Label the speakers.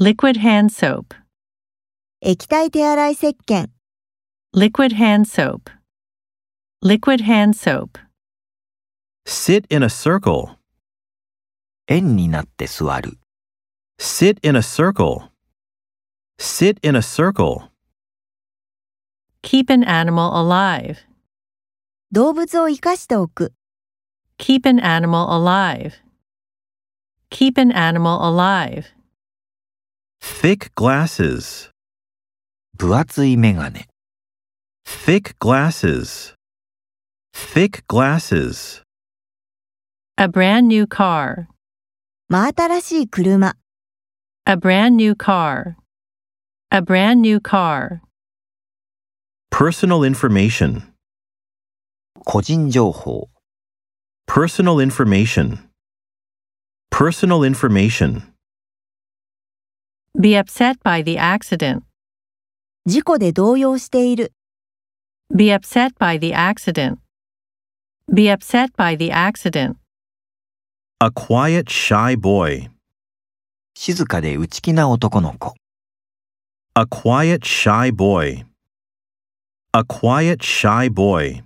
Speaker 1: Liquid hand soap.
Speaker 2: 液体手洗い石鹸、
Speaker 1: Liquid hand soap. Liquid hand soap.
Speaker 3: Sit in a circle.
Speaker 4: 円になって座る。
Speaker 3: Sit in a circle. Sit in a circle.
Speaker 1: Keep an animal alive.
Speaker 2: 動物を生かしておく、
Speaker 1: Keep an animal alive. Keep an animal alive.
Speaker 3: Thick glasses.
Speaker 4: 分厚いメガネ。
Speaker 3: Thick glasses. Thick glasses.
Speaker 1: A brand new car.
Speaker 2: 真新しい車、
Speaker 1: A brand new car. A brand new car.
Speaker 3: Personal information.
Speaker 4: 個人情報。
Speaker 3: Personal information. Personal information.
Speaker 1: Be upset by the accident.
Speaker 2: 事故で動揺している、
Speaker 1: Be upset by the accident. Be upset by the accident.
Speaker 3: A quiet, shy boy.
Speaker 4: 静かで内気な男の子。
Speaker 3: A quiet, shy boy. A quiet, shy boy.